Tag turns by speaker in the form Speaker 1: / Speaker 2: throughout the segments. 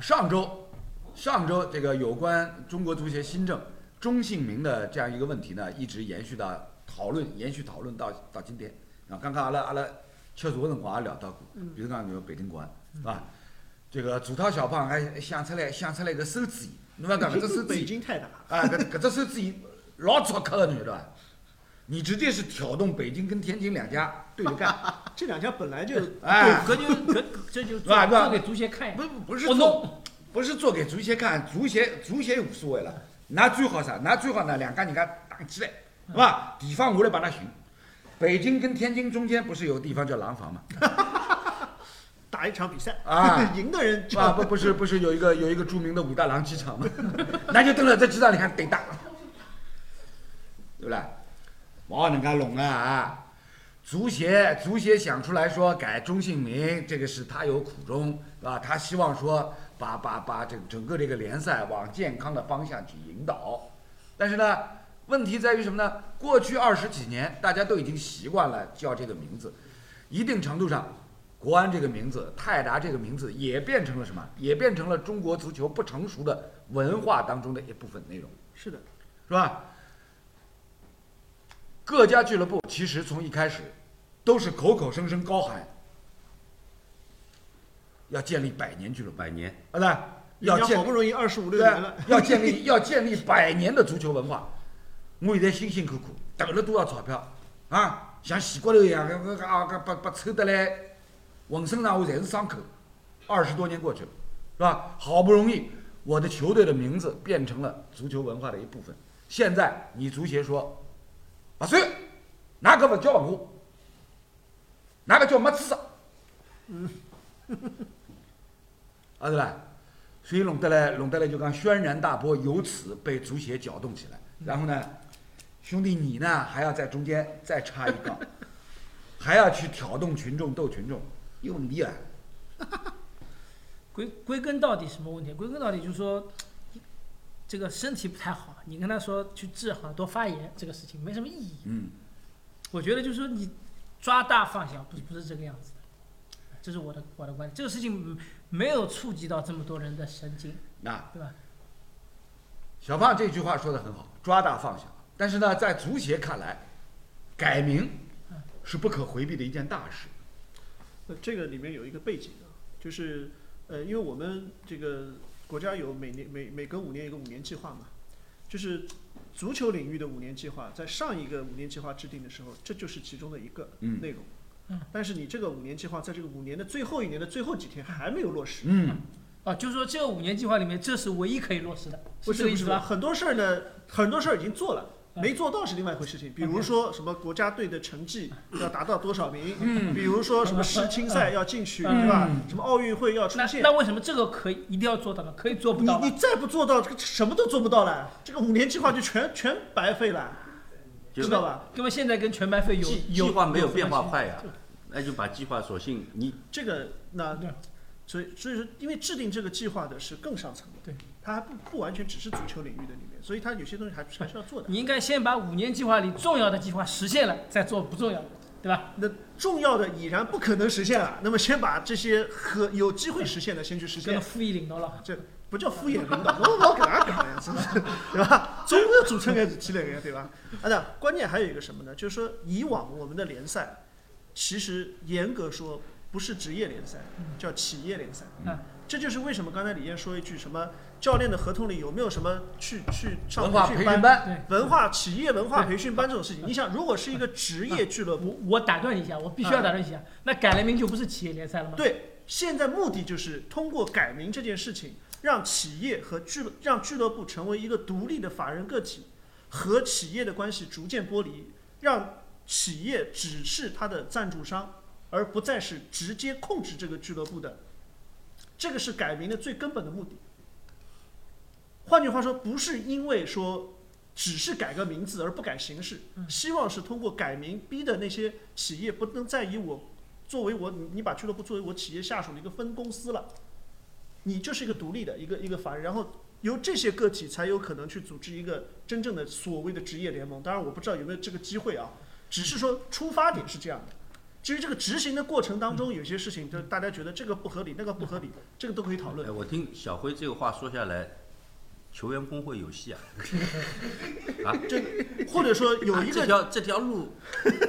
Speaker 1: 上周，上周这个有关中国足协新政中性名的这样一个问题呢，一直延续到讨论，延续讨论到到今天啊。刚刚阿拉阿拉吃茶辰光也聊到过，
Speaker 2: 嗯
Speaker 1: 比如讲有北京国安，是吧？这个左涛小胖还想出来想出来个收子仪，侬 勿要讲搿只收子
Speaker 2: 北
Speaker 1: 仪
Speaker 2: 京太大了，
Speaker 1: 啊，搿搿只收子仪老苛刻的，侬晓得伐？你直接是挑动北京跟天津两家对着干，
Speaker 2: 这两家本来就
Speaker 1: 哎，
Speaker 3: 搿就搿这就
Speaker 1: 啊
Speaker 3: 做
Speaker 1: 对吧
Speaker 3: 做给足协看，
Speaker 1: 不不是
Speaker 3: 我
Speaker 1: 做
Speaker 3: 弄
Speaker 1: 不是做给足协看，足协足协无所谓了，那最好啥？那最好呢，两家人家打起来，是吧？地方我来帮他寻。北京跟天津中间不是有个地方叫廊坊吗？
Speaker 2: 打一场比赛
Speaker 1: 啊
Speaker 2: 赢的人就
Speaker 1: 啊，不不是不是有一个有一个著名的武大郎机场吗？ 那就等了在机场里看对打，对不啦？冇能介弄啊啊！足协足协想出来说改中性名，这个是他有苦衷，是吧？他希望说把把把整整个这个联赛往健康的方向去引导，但是呢，问题在于什么呢？过去二十几年，大家都已经习惯了叫这个名字，一定程度上，国安这个名字、泰达这个名字也变成了什么？也变成了中国足球不成熟的文化当中的一部分内容。
Speaker 2: 是的，
Speaker 1: 是吧？各家俱乐部其实从一开始都是口口声声高喊要建立百年俱乐部，
Speaker 4: 百年，
Speaker 1: 啊，对，要
Speaker 2: 人家
Speaker 1: 建
Speaker 2: 好不
Speaker 1: 立
Speaker 2: 容易二十五六
Speaker 1: 对啊
Speaker 2: 年了，
Speaker 1: 要建立 要建立百年的足球文化。我现在辛辛苦苦投了多少钞票啊，像洗骨头一样，搿搿搿啊搿把把抽得来，浑身上下侪是伤口。二十多年过去了，是吧？好不容易我的球队的名字变成了足球文化的一部分。现在你足协说，勿算，哪个勿叫文化，哪个叫没知识，
Speaker 2: 嗯
Speaker 1: 啊对伐？所以弄得来，弄得来就讲轩然大波，由此被足协搅动起来。然后呢，兄弟你呢还要在中间再插一杠，还要去挑动群众斗群众，有问题啊！
Speaker 3: 归归根到底什么问题？归根到底就是说，这个身体不太好，你跟他说去治好，多发炎，这个事情没什么意义。
Speaker 1: 嗯，
Speaker 3: 我觉得就是说你抓大放小，不是不是这个样子的，这是我的我的观点。这个事情没有触及到这么多人的神经，
Speaker 1: 那
Speaker 3: 对吧？
Speaker 1: 啊小胖这句话说的很好，抓大放小。但是呢，在足协看来，改名是不可回避的一件大事。
Speaker 2: 呃， 这个里面有一个背景啊，就是呃，因为我们这个国家有每年每每隔五年一个五年计划嘛，就是足球领域的五年计划，在上一个五年计划制定的时候，这就是其中的一个
Speaker 1: 嗯
Speaker 2: 内容。
Speaker 3: 嗯
Speaker 2: 但是你这个五年计划，在这个五年的最后一年的最后几天还没有落实，
Speaker 1: 嗯，
Speaker 3: 哦，就是说这五年计划里面，这是唯一可以落实的，
Speaker 2: 不
Speaker 3: 这
Speaker 2: 是
Speaker 3: 个
Speaker 2: 不
Speaker 3: 意
Speaker 2: 是
Speaker 3: 思
Speaker 2: 吧？
Speaker 3: 吧？
Speaker 2: 很多事儿呢，很多事儿已经做了。
Speaker 3: 嗯
Speaker 2: 没做到是另外一回事情，比如
Speaker 3: OK
Speaker 2: 说什么国家队的成绩要达到多少名，比如说什么世青赛要进去，
Speaker 3: 嗯
Speaker 2: 对吧？什么奥运会要出
Speaker 3: 那
Speaker 2: 现，
Speaker 3: 那为什么这个可以一定要做到呢？可以做不
Speaker 2: 你
Speaker 3: 到吗
Speaker 2: 你再不做到，这个什么都做不到了，这个五年计划就全全白费了，
Speaker 4: 就
Speaker 2: 知道吧？
Speaker 3: 因为现在跟全白费有
Speaker 4: 计计
Speaker 3: 有
Speaker 4: 划没有
Speaker 3: 什么
Speaker 4: 变化
Speaker 3: 区别
Speaker 4: 快呀，那就把计划索性你
Speaker 2: 这个那
Speaker 3: 对
Speaker 2: 所以所以说，因为制定这个计划的是更上层的，
Speaker 3: 对，
Speaker 2: 它还不不完全只是足球领域的里面，所以它有些东西还还是要做的。
Speaker 3: 你应该先把五年计划里重要的计划实现了，再做不重要的，对吧？
Speaker 2: 那重要的已然不可能实现了，那么先把这些和有机会实现的先去实
Speaker 3: 跟
Speaker 2: 现，
Speaker 3: 着复议领导了，
Speaker 2: 这不叫敷衍领导，我老给哪搞呀，真是，对吧？ 总归要组成个体来个，对吧？啊，那关键还有一个什么呢？就是说以往我们的联赛，其实严格说不是职业联赛，叫企业联赛。
Speaker 3: 嗯，
Speaker 2: 这就是为什么刚才李燕说一句什么教练的合同里有没有什么去去上
Speaker 1: 文化
Speaker 2: 培
Speaker 1: 培
Speaker 2: 训
Speaker 1: 训
Speaker 2: 班、
Speaker 1: 班，
Speaker 3: 对。
Speaker 2: 文化企业文化
Speaker 3: 对
Speaker 2: 培训班这种事情，你想，如果是一个职业俱乐部，
Speaker 3: 我我打断你一下，我必须要打断你一下。那改了名就不是企业联赛了
Speaker 2: 嗯
Speaker 3: 吗？
Speaker 2: 对，现在目的就是通过改名这件事情，让企业和俱乐让俱乐部成为一个独立的法人个体，和企业的关系逐渐剥离，让企业只是它的赞助商，而不再是直接控制这个俱乐部的。这个是改名的最根本的目的。换句话说，不是因为说只是改个名字而不改形式，希望是通过改名逼的那些企业不能再以我作为我，你你把俱乐部作为我企业下属的一个分公司了，你就是一个独立的一个一个法人，然后由这些个体才有可能去组织一个真正的所谓的职业联盟。当然，我不知道有没有这个机会啊，只是说出发点是这样的。至于这个执行的过程当中，有些事情就大家觉得这个不合理，那个不合理，这个都可以讨论
Speaker 4: 哎，。我听小辉这个话说下来，球员工会有戏啊！
Speaker 2: 这或者说有一
Speaker 4: 啊这
Speaker 2: 个
Speaker 4: 条这条路，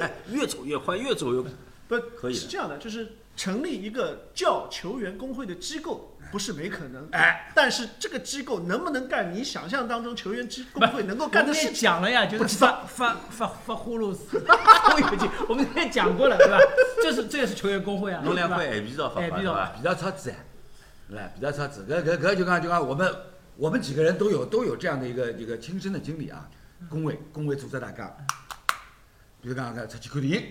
Speaker 4: 哎，越走越宽，越走越
Speaker 2: 不
Speaker 4: 可以的
Speaker 2: 是这样的，就是成立一个叫球员工会的机构不是没可能，
Speaker 1: 哎，
Speaker 2: 但是这个机构能不能干你想象当中球员机工会能够
Speaker 3: 我们
Speaker 2: 干的
Speaker 3: 那
Speaker 2: 事
Speaker 3: 天
Speaker 2: 情？
Speaker 3: 讲了呀，就是
Speaker 2: 不知道
Speaker 3: 发发发发呼噜丝，忽悠机， 我们那天讲过了， 对吧？这是这也是球员工会啊，
Speaker 4: 农
Speaker 3: 对
Speaker 4: 联
Speaker 3: 吧
Speaker 4: 会？也比较发
Speaker 3: 哎
Speaker 4: 发
Speaker 3: 比
Speaker 4: 是
Speaker 3: 较
Speaker 4: 吧？
Speaker 1: 比较超值啊，来比较超值，搿搿搿就讲就讲我们我们几个人都有都有这样的一个一个亲身的经历啊，工会工会组织大家，比如讲讲出去看电影，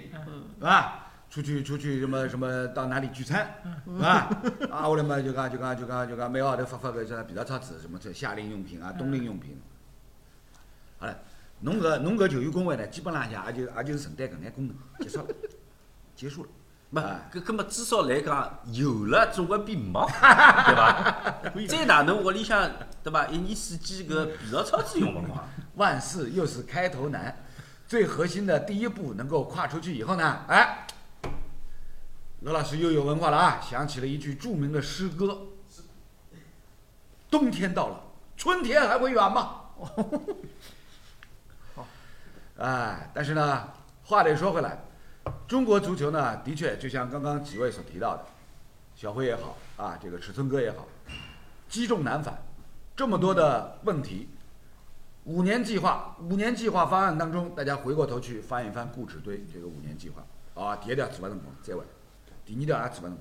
Speaker 1: 是吧？出去出去什么什么到哪里聚餐，是吧？啊，我来嘛就讲就讲就讲就讲每个号头发发个像比较超值什么这夏令用品啊、冬令用品，好了，侬搿侬搿球员工会呢，基本浪向也就啊也就是承担搿眼功能，结束了，结束了。
Speaker 4: 不，
Speaker 1: 哎
Speaker 4: 搿搿么至少来讲，有了总归比 没，对吧？再哪能屋里向对吧？一年四季搿皮条超子用勿光，
Speaker 1: 万事又是开头难，最核心的第一步能够跨出去以后呢，哎，罗老师又有文化了啊，想起了一句著名的诗歌：冬天到了，春天还会远吗？ 哎，但是呢，话得说回来，中国足球呢，的确就像刚刚几位所提到的，小辉也好啊，这个尺寸哥也好，积重难返，这么多的问题，五年计划，五年计划方案当中，大家回过头去翻一翻固执堆这个五年计划啊，第一条主办辰光再问，第二条也主办辰光，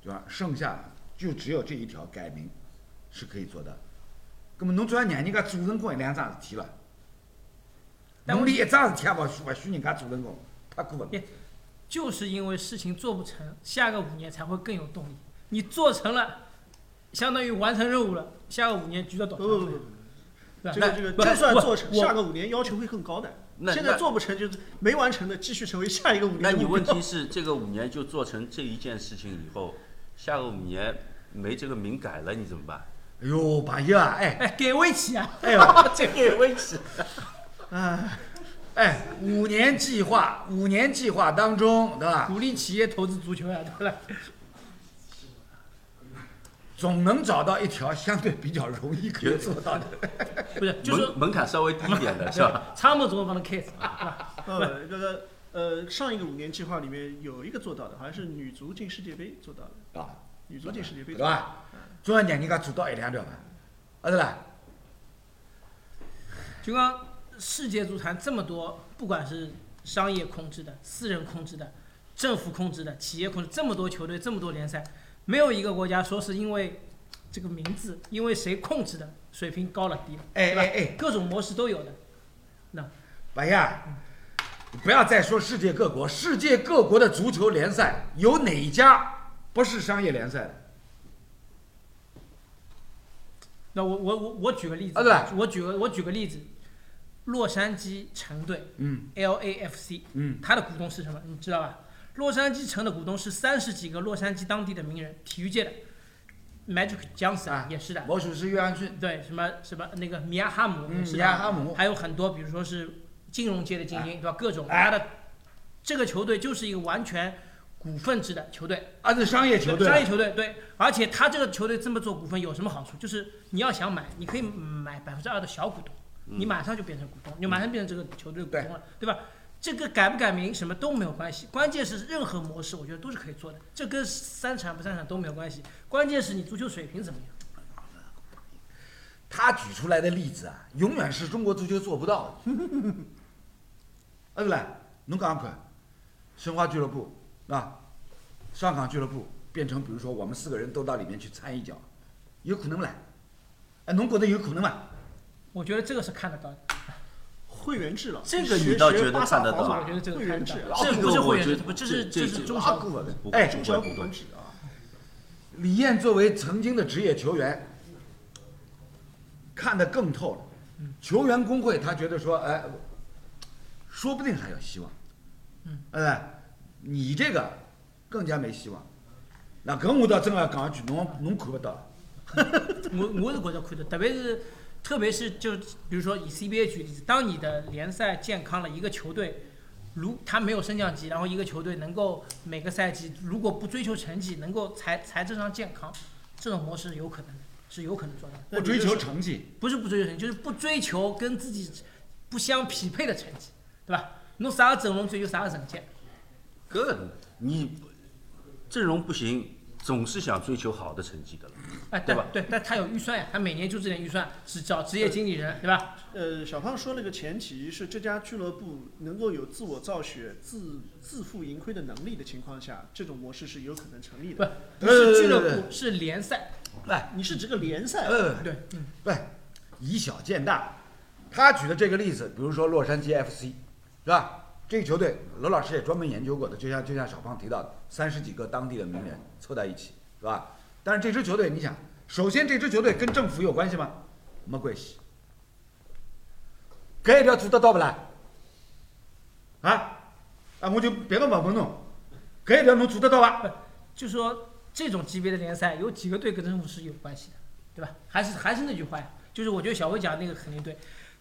Speaker 1: 就讲剩下就只有这一条改名是可以做的。那么侬总要让人家做成功一两桩事体了，
Speaker 3: 但
Speaker 1: 侬
Speaker 3: 问
Speaker 1: 连一桩事体也勿许勿许人家做成功，太过分了。
Speaker 3: 就是因为事情做不成，下个五年才会更有动力。你做成了，相当于完成任务了，下个五年局的倒
Speaker 2: 不
Speaker 3: 才
Speaker 2: 不不
Speaker 3: 会
Speaker 2: 不。
Speaker 3: 对吧
Speaker 2: 这个这个，
Speaker 3: 不
Speaker 2: 就算
Speaker 3: 不
Speaker 2: 做成，
Speaker 3: 我
Speaker 2: 下个五年要求会更高的。
Speaker 4: 那
Speaker 2: 现在
Speaker 4: 那
Speaker 2: 做不成，就是没完成的，继续成为下一个五年
Speaker 4: 那
Speaker 2: 的
Speaker 4: 你
Speaker 2: 目
Speaker 4: 问
Speaker 2: 标。
Speaker 4: 题是这个五年就做成这一件事情以后，下个五年没这个名改了，你怎么办？
Speaker 1: 哎呦，朋友啊，哎
Speaker 3: 哎，给围棋啊，
Speaker 1: 哎呦。
Speaker 4: 这个也危险。
Speaker 2: 哎，
Speaker 1: 哎，五年计划，五年计划当中，对吧？
Speaker 3: 鼓励企业投资足球呀、对吧？
Speaker 1: 总能找到一条相对比较容易可以做到的。
Speaker 3: 不是，就
Speaker 4: 门
Speaker 3: 是
Speaker 4: 门槛稍微低一点的是吧？
Speaker 3: 参谋总方的 case 啊，
Speaker 2: 呃，这个呃，上一个五年计划里面有一个做到的，好像是女足进世界杯做到的，
Speaker 1: 啊，
Speaker 2: 女足进世界杯
Speaker 1: 对
Speaker 2: 做
Speaker 4: 啊
Speaker 2: 到的
Speaker 1: 吧？总要让人家做到一两条吧，啊，对吧？
Speaker 3: 就讲世界足坛这么多，不管是商业控制的、私人控制的、政府控制的、企业控制，这么多球队，这么多联赛，没有一个国家说是因为这个名字，因为谁控制的水平高了低了，
Speaker 1: 哎
Speaker 3: 对吧
Speaker 1: 哎哎
Speaker 3: 各种模式都有的。那
Speaker 1: 白呀，你不要再说世界各国，世界各国的足球联赛有哪一家不是商业联赛的？
Speaker 3: 那我我我我举个例子，
Speaker 1: 啊对
Speaker 3: 我举个我举个例子，洛杉矶城队
Speaker 1: 嗯
Speaker 3: LAFC，
Speaker 1: 嗯，
Speaker 3: 它的股东是什么？你知道吧？洛杉矶城的股东是三十几个洛杉矶当地的名人，体育界的，Magic Johnson、
Speaker 1: 啊
Speaker 3: 也是的，
Speaker 1: 魔术师约翰逊，
Speaker 3: 对，什么什么那个米亚哈姆
Speaker 1: 嗯
Speaker 3: 也是的，
Speaker 1: 米亚哈姆
Speaker 3: 还有很多，比如说是金融界的精英，对吧？各种
Speaker 1: 哎
Speaker 3: 他的这个球队就是一个完全股份制的球队，
Speaker 1: 啊，这是商业球队
Speaker 3: 商
Speaker 1: 啊
Speaker 3: 业。球队对，而且他这个球队这么做股份有什么好处？就是你要想买，你可以买百分之二的小股东，你马上就变成股东，你马上变成这个球队的股东了，对吧？这个改不改名什么都没有关系，关键是任何模式我觉得都是可以做的，这跟三产不三产都没有关系，关键是你足球水平怎么样。
Speaker 1: 他举出来的例子啊，永远是中国足球做不到的。 啊，对了，侬讲看，申花俱乐部啊，上港俱乐部变成，比如说我们四个人都到里面去掺一脚，有可能不啦？哎，侬觉得有可能吗？
Speaker 3: 我觉得这个是看得到的，
Speaker 2: 会员制了。
Speaker 4: 这个
Speaker 2: 学
Speaker 4: 你倒
Speaker 2: 学
Speaker 4: 觉得
Speaker 2: 巴萨
Speaker 4: 看得
Speaker 2: 皇
Speaker 4: 到
Speaker 2: 马
Speaker 3: 我觉得这个
Speaker 2: 会
Speaker 3: 看
Speaker 2: 员
Speaker 3: 得
Speaker 2: 制
Speaker 3: 到
Speaker 2: 啊，
Speaker 3: 这
Speaker 4: 这
Speaker 3: 个
Speaker 4: 个
Speaker 3: 不是
Speaker 4: 我
Speaker 3: 会员
Speaker 4: 觉
Speaker 3: 制，
Speaker 4: 得
Speaker 3: 不，这是
Speaker 4: 这
Speaker 3: 是
Speaker 4: 这
Speaker 3: 中
Speaker 1: 啊
Speaker 3: 小
Speaker 1: 过分
Speaker 4: 不会
Speaker 1: 哎，
Speaker 2: 中
Speaker 4: 不会
Speaker 2: 小
Speaker 4: 不
Speaker 2: 股
Speaker 4: 会
Speaker 2: 东制啊。
Speaker 1: 李艳作为曾经的职业球员，看得更透了。球员工会他觉得说，哎，说不定还有希望。嗯，哎，你这个更加没希望。那搿我倒真要讲一句，侬侬看不到了。
Speaker 3: 我我是觉得看的，特别是特别是就比如说以 CBA 举例子，当你的联赛健康了，一个球队如他没有升降级，然后一个球队能够每个赛季如果不追求成绩，能够财财政上健康，这种模式有可能的，是有可能做到的。
Speaker 1: 不追求成绩，
Speaker 3: 不是不追求成绩，就是不追求跟自己不相匹配的成绩，对吧？侬啥个阵容追求啥个成绩，
Speaker 4: 搿个你阵容不行，总是想追求好的成绩的了。
Speaker 3: 哎，对
Speaker 4: 对吧
Speaker 3: 对，但他有预算呀，他每年就这点预算，是找职业经理人，对吧？
Speaker 2: 呃，小胖说了个前提是这家俱乐部能够有自我造血、自自负盈亏的能力的情况下，这种模式是有可能成立
Speaker 3: 不
Speaker 2: 的。，
Speaker 3: 不是
Speaker 1: 对对
Speaker 3: 俱
Speaker 1: 对
Speaker 3: 乐部，是联赛，
Speaker 2: 你是指个联赛，
Speaker 1: 呃，
Speaker 3: 对，嗯
Speaker 1: 不以小见大。他举的这个例子，比如说洛杉矶 FC，是吧？这个球队，罗老师也专门研究过的，就像就像小胖提到的，三十几个当地的名人凑在一起，是吧？但是这支球队，你想，首先这支球队跟政府有关系吗？没关系。搿一条做得到不啦？啊啊！我就别个问问侬，搿一条侬做得到伐？
Speaker 3: 就说这种级别的联赛，有几个队跟政府是有关系的，对吧？还是还是那句话呀，就是我觉得小辉讲那个肯定对。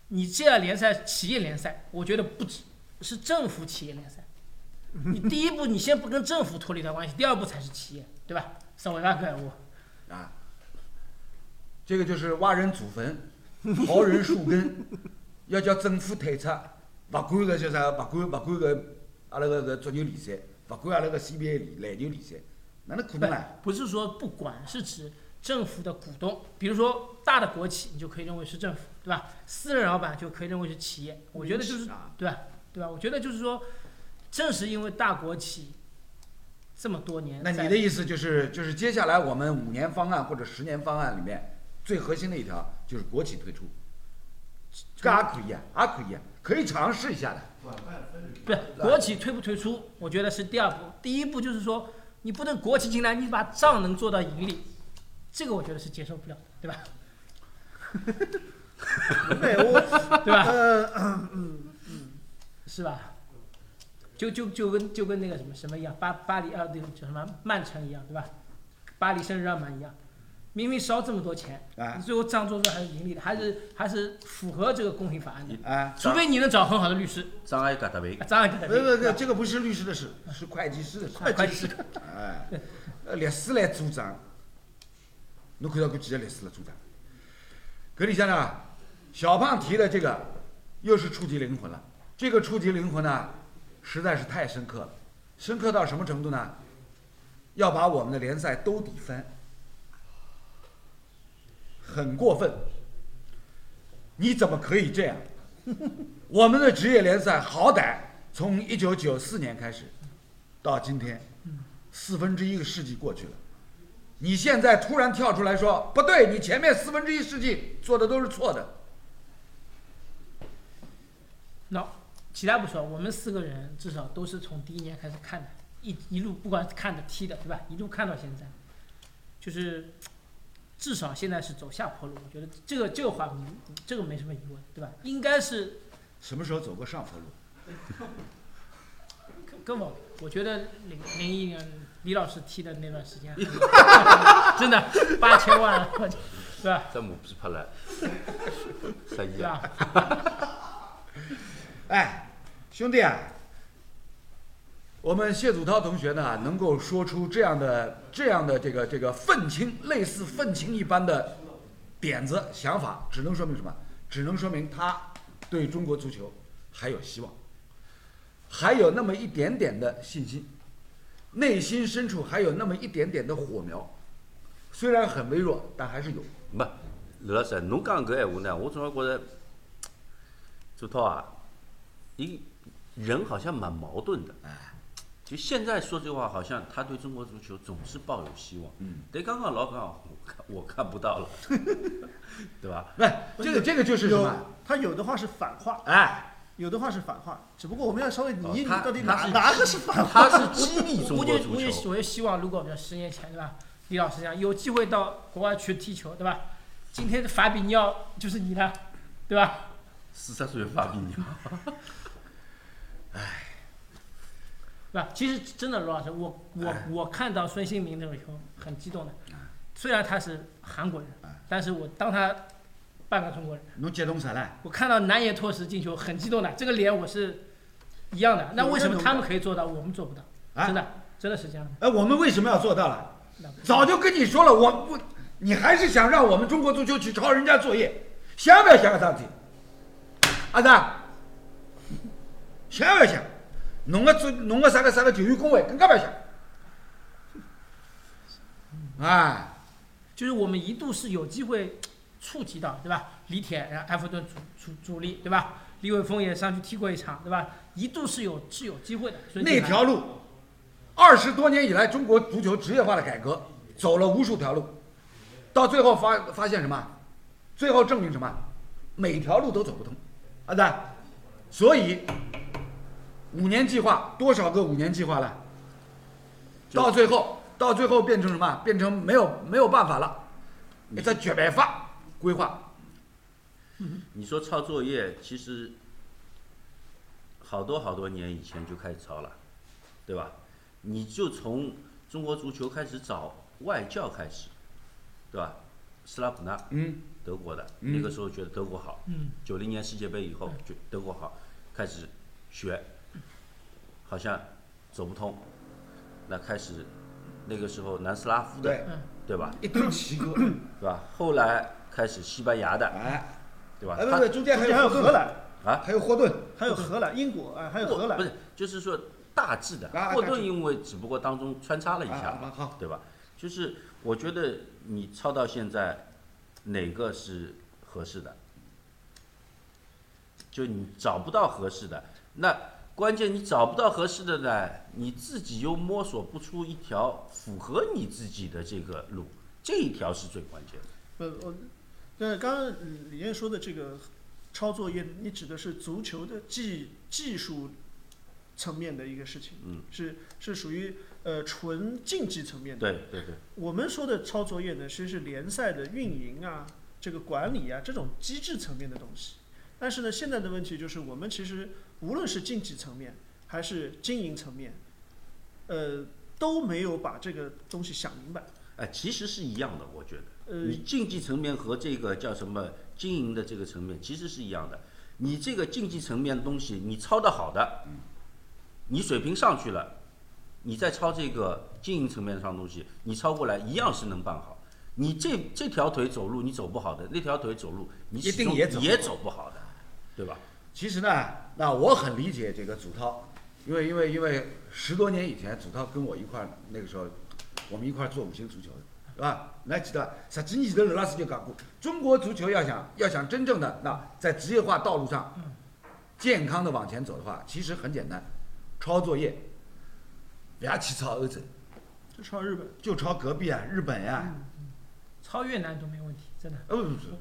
Speaker 3: 你这样联赛，企业联赛，我觉得不止是政府企业联赛。你第一步，你先不跟政府脱离掉关系，第二步才是企业，对吧？稍微拉个我，
Speaker 1: 啊，这个就是挖人祖坟，刨人树根，要叫政府退出，勿管搿叫啥，勿管勿管搿阿拉搿搿足球联赛，勿管阿拉搿 CBA 篮球联赛，哪能可能呢？
Speaker 3: 不是说不管，是指政府的股东，比如说大的国企，你就可以认为是政府，对吧？私人老板就可以认为是企业。我觉得就是
Speaker 2: 民企啊
Speaker 3: 对吧？对吧？我觉得就是说，正是因为大国企这么多年
Speaker 1: 那
Speaker 3: 在，
Speaker 1: 你的意思就是，就是接下来我们五年方案或者十年方案里面最核心的一条就是国企退出，这也可以啊，也可以啊，可以尝试一下的。
Speaker 3: 不是国企退不退出？我觉得是第二步，第一步就是说，你不能国企进来，你把账能做到盈利，这个我觉得是接受不了的，对吧？
Speaker 2: 对我，
Speaker 3: 对吧？
Speaker 2: 呃，嗯嗯，
Speaker 3: 是吧？就就就跟就跟那个什么什么一样，巴巴黎啊，那个叫什么曼城一样，对吧？巴黎圣日耳曼一样，明明烧这么多钱，
Speaker 1: 啊
Speaker 2: 哎
Speaker 3: 你最后账做出来还是盈利的，还是还是符合这个公平法案的。
Speaker 1: 啊，
Speaker 3: 除非你能找很好的律师，
Speaker 4: 上海搿搭位
Speaker 3: 啊，当然
Speaker 1: 不不不，这个不是律师的事，是会计师的事。
Speaker 3: 会计师，
Speaker 1: 哎，呃，律师来主张，侬看到过几个律师来主张？搿里向呢，小胖提的这个又是触及灵魂了。这个触及灵魂呢，实在是太深刻了，深刻到什么程度呢？要把我们的联赛都底翻，很过分。你怎么可以这样？ 我们的职业联赛好歹从一九九四年开始到今天，四分之一个世纪过去了，你现在突然跳出来说不对，你前面四分之一世纪做的都是错的，
Speaker 3: 那、其他不说，我们四个人至少都是从第一年开始看的，一一路不管是看的踢的，对吧？一路看到现在，就是至少现在是走下坡路。我觉得这个这个话题，这个没什么疑问，对吧？应该是
Speaker 1: 什么时候走过上坡路？
Speaker 3: 跟跟我，我觉得零零一年李老师踢的那段时间， 真的八千万，我 对吧？
Speaker 4: 这马屁拍了， 啥意
Speaker 3: 对
Speaker 4: 啊？
Speaker 3: 吧？
Speaker 1: 哎，兄弟啊，我们谢祖涛同学呢，能够说出这样的、这样的这个、这个愤青，类似愤青一般的点子、想法，只能说明什么？只能说明他对中国足球还有希望，还有那么一点点的信心，内心深处还有那么一点点的火苗，虽然很微弱，但还是有。
Speaker 4: 没，刘老师，侬讲搿闲话呢，我总要觉着，朱涛啊，伊人好像蛮矛盾的。就现在说这话，好像他对中国足球总是抱有希望。
Speaker 1: 嗯。
Speaker 4: 但刚刚老讲，我看我看不 到了，对吧？
Speaker 1: 不，这个这个就是什么？
Speaker 2: 有他有的话是反话，
Speaker 1: 哎。
Speaker 2: 有的话是反话，只不过我们要稍微理一理，
Speaker 4: 哦他
Speaker 2: 到底
Speaker 4: 他
Speaker 2: 哪
Speaker 4: 是
Speaker 2: 哪个是反话？
Speaker 4: 他是激励中
Speaker 3: 我就
Speaker 4: 国足
Speaker 3: 我就
Speaker 4: 球。
Speaker 3: 我就希望，如果比如十年前对吧，李老师讲有机会到国外去踢球对吧？今天的法比尼奥就是你了，对吧？
Speaker 4: 四十岁发病鸟，
Speaker 3: 对吧？其实真的，罗老师，我我
Speaker 4: 哎
Speaker 3: 我看到孙兴民那种球很激动的，虽然他是韩国人，
Speaker 4: 哎
Speaker 3: 但是我当他半个中国人，
Speaker 1: 侬激动啥嘞？
Speaker 3: 我看到南野拓实进球很激动的，这个脸我是一样的。那
Speaker 2: 有
Speaker 3: 为什
Speaker 2: 认
Speaker 3: 么
Speaker 2: 同
Speaker 3: 他
Speaker 2: 感
Speaker 3: 们可以做到，我们做不到？
Speaker 1: 啊
Speaker 4: 哎
Speaker 3: 真的，真的是这样的。
Speaker 1: 哎，我们为什么要做到了？
Speaker 3: 那不
Speaker 1: 早就跟你说了，我不，你还是想让我们中国足球去抄人家作业，想不要想个啥子？阿三，想不要想？弄个足，弄个啥个啥个球员工会，更加不要想。啊，
Speaker 3: 就是我们一度是有机会触及到，对吧？李铁，然后埃弗顿主主主力，对吧？李玮峰也上去踢过一场，对吧？一度是有是有机会的。所以
Speaker 1: 那
Speaker 3: 就来
Speaker 1: 条路，二十多年以来，中国足球职业化的改革走了无数条路，到最后发发现什么？最后证明什么？每条路都走不通，啊对，所以五年计划多少个五年计划了？
Speaker 4: 就
Speaker 1: 到最后，到最后变成什么？变成没有没有办法了，一只绝办法规划，
Speaker 4: 你说抄作业，其实好多好多年以前就开始抄了，对吧？你就从中国足球开始找外教开始，对吧？斯拉普纳，
Speaker 1: 嗯，
Speaker 4: 德国的，
Speaker 1: 嗯
Speaker 4: 那个时候觉得德国好，
Speaker 3: 嗯，
Speaker 4: 九零年世界杯以后，就德国好，开始学，好像走不通，那开始那个时候南斯拉夫的，
Speaker 1: 对，嗯
Speaker 4: 对吧？
Speaker 1: 一堆奇哥，
Speaker 4: 对吧？后来开始西班牙的，
Speaker 1: 哎，
Speaker 4: 对吧？
Speaker 1: 哎，
Speaker 4: 他
Speaker 1: 不不，中间还
Speaker 2: 中间还有
Speaker 1: 有
Speaker 2: 荷，兰，
Speaker 4: 啊，
Speaker 1: 还有霍顿，
Speaker 2: 还有荷兰、英国啊，还有荷兰
Speaker 4: 不。是，就是说大致的
Speaker 1: 啊。
Speaker 4: 霍
Speaker 1: 大致
Speaker 4: 顿因为只不过当中穿插了一下
Speaker 1: 啊啊
Speaker 4: 嘛，
Speaker 1: 好
Speaker 4: 对吧？就是我觉得你抄到现在，哪个是合适的？就你找不到合适的，那关键你找不到合适的呢，你自己又摸索不出一条符合你自己的这个路，这一条是最关键的。
Speaker 2: 不，呃我那刚刚李李燕说的这个抄作业，你指的是足球的技技术层面的一个事情，
Speaker 4: 嗯，
Speaker 2: 是是属于呃纯竞技层面的。
Speaker 4: 对对对，
Speaker 2: 我们说的抄作业呢，其实是联赛的运营啊、这个管理啊这种机制层面的东西。但是呢，现在的问题就是，我们其实无论是竞技层面还是经营层面，呃，都没有把这个东西想明白。
Speaker 4: 哎，其实是一样的，我觉得。
Speaker 2: 呃，
Speaker 4: 你竞技层面和这个叫什么经营的这个层面其实是一样的。你这个竞技层面的东西，你抄的好的，
Speaker 1: 嗯
Speaker 4: 你水平上去了，你再抄这个经营层面上的东西，你抄过来一样是能办好。你这这条腿走路你走不好的，那条腿走路你始
Speaker 1: 一定
Speaker 4: 终
Speaker 1: 也走不
Speaker 4: 也
Speaker 1: 好
Speaker 4: 走不好的，对吧？
Speaker 1: 其实呢，那我很理解这个祖涛，因为因为因为十多年以前，祖涛跟我一块儿那个时候，我们一块儿做五星足球的，是吧？你还记得吧？十几年前头刘老师就讲过，中国足球要想要想真正的那在职业化道路上健康的往前走的话，其实很简单，抄作业，不要去抄欧洲，
Speaker 2: 就抄日本。
Speaker 1: 就抄隔壁啊，日本呀、
Speaker 3: 超越难都没问题，真的。
Speaker 1: 呃，不不不，